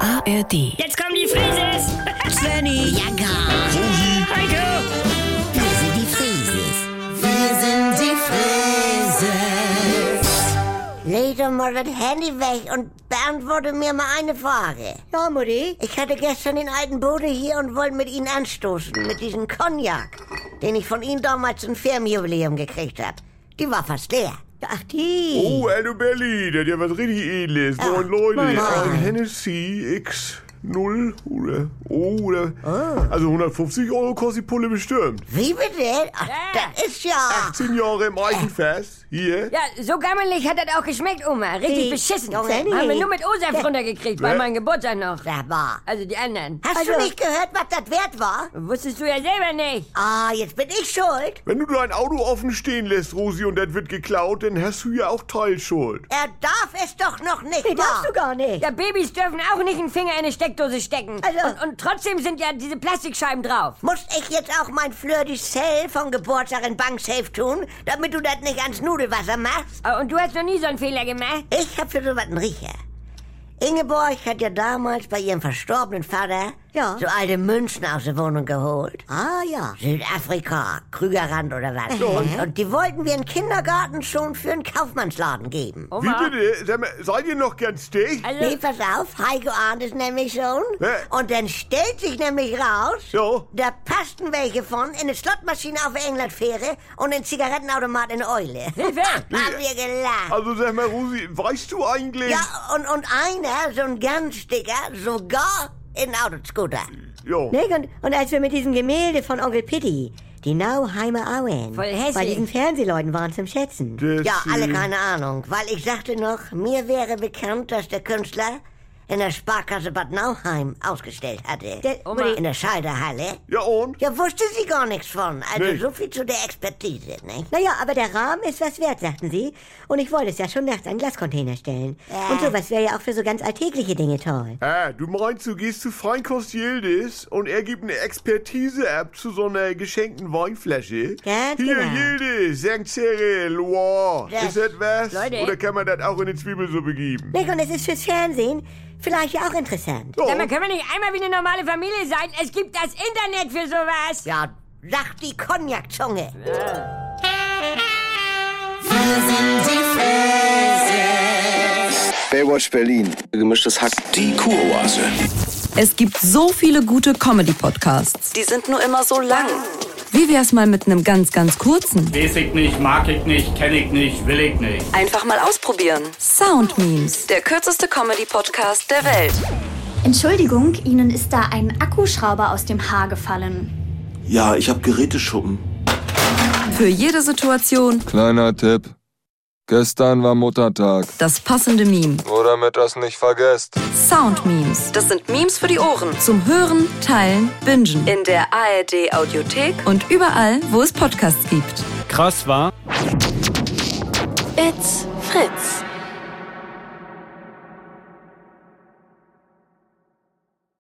ARD. Jetzt kommen die Frises! Svenny, Ja, gar. Heiko! Wir sind die Frieses. Wir sind die Frieses. Leg doch mal das Handy weg und beantworte mir mal eine Frage. ja, Mutti. Ich hatte gestern den alten Bode hier und wollte mit Ihnen anstoßen, mit diesem Cognac, den ich von Ihnen damals zum Firmenjubiläum gekriegt habe. Die war fast leer. Ach, die. Oh, Aldo Belli, der hat ja was richtig Edles. Moin, Leute. moin. Ein Hennessy X0 oder O oder. Also 150 Euro kostet die Pulle bestimmt. Wie bitte? Ach, das ist ja... 10 Jahre im Eichenfest. Hier. Ja, so gammelig hat das auch geschmeckt, Oma. Richtig Hey, beschissen. Svenny. Haben wir nur mit O-Saft runtergekriegt, bei Ja. meinem Geburtstag noch. Sag mal, Also die anderen. hast du Also- nicht gehört, was das wert war? Wusstest du ja selber nicht. Ah, jetzt bin ich schuld. Wenn du dein Auto offen stehen lässt, Rosi, und das wird geklaut, dann hast du ja auch Teilschuld. Er darf es doch noch nicht, Die wahr? darfst du gar nicht. Ja, Babys dürfen auch nicht einen Finger in eine Steckdose stecken. Also- und, und trotzdem sind ja diese Plastikscheiben drauf. Muss ich jetzt auch mein Fleur du Sel vom Geburtstag in Banksafe tun, damit du das nicht ans Nudelwasser machst? Äh, Und du hast noch nie so einen Fehler gemacht? Ich hab für sowas einen Riecher. Ingeborg hat ja damals bei ihrem verstorbenen Vater Ja. so alte Münzen aus der Wohnung geholt. Ah, ja. Südafrika, Krügerrand oder was. Und, und die wollten wir im Kindergarten schon für einen Kaufmannsladen geben. Wie Oma. bitte? Sag mal, seid ihr noch ganz dicht? Also, Nee, pass auf, Heiko ahnt es nämlich schon. Hä? Und dann stellt sich nämlich raus, Ja. da passten welche von in eine Slotmaschine auf der Englandfähre und in den Zigarettenautomat in Eule. Hilfe! Haben wir gelacht. Also sag mal, Rosi, weißt du eigentlich? Ja, und, und einer, so ein ganz dicker, sogar in einen Autoscooter. Ja. Nick, und, und als wir mit diesem Gemälde von Onkel Pitti, die Nauheimer Auen, Voll hässlich. bei diesen Fernsehleuten waren zum Schätzen. Das, Ja, alle äh, keine Ahnung, weil ich sagte noch, mir wäre bekannt, dass der Künstler in der Sparkasse Bad Nauheim ausgestellt hatte. Der- Oma. In der Schalterhalle. Ja, und? Ja, wusste sie gar nichts von. Also Nee. so viel zu der Expertise, nicht? Naja, aber der Rahmen ist was wert, sagten sie. Und ich wollte es ja schon nachts an Glascontainer stellen. Ja. Und sowas wäre ja auch für so ganz alltägliche Dinge toll. Ah, du meinst, du gehst zu Feinkost Yildiz und er gibt eine Expertise ab zu so einer geschenkten Weinflasche? Ganz Hier, genau. Yildiz, St. Cyril, Loire. Das- Ist das was? Leute. Oder kann man das auch in die Zwiebelsuppe geben? Nick, und es ist fürs Fernsehen vielleicht ja auch interessant. So. Sag mal, können wir nicht einmal wie eine normale Familie sein? Es gibt das Internet für sowas. Ja, sag die Cognac-Zunge. Baywatch Berlin. Gemischtes Hack. Die Kuroase. Es gibt so viele gute Comedy-Podcasts. Die sind nur immer so lang. Wie wär's mal mit einem ganz, ganz kurzen? Weiß ich nicht, mag ich nicht, kenne ich nicht, will ich nicht. Einfach mal ausprobieren. Sound-Memes. Der kürzeste Comedy-Podcast der Welt. Entschuldigung, Ihnen ist da ein Akkuschrauber aus dem Haar gefallen. Ja, ich hab Geräteschuppen. Für jede Situation Kleiner Tipp. Gestern war Muttertag. das passende Meme. Nur damit das nicht vergesst. Sound-Memes. Das sind Memes für die Ohren. Zum Hören, Teilen, Bingen. In der ARD-Audiothek Und überall, wo es Podcasts gibt. Krass war. It's Fritz.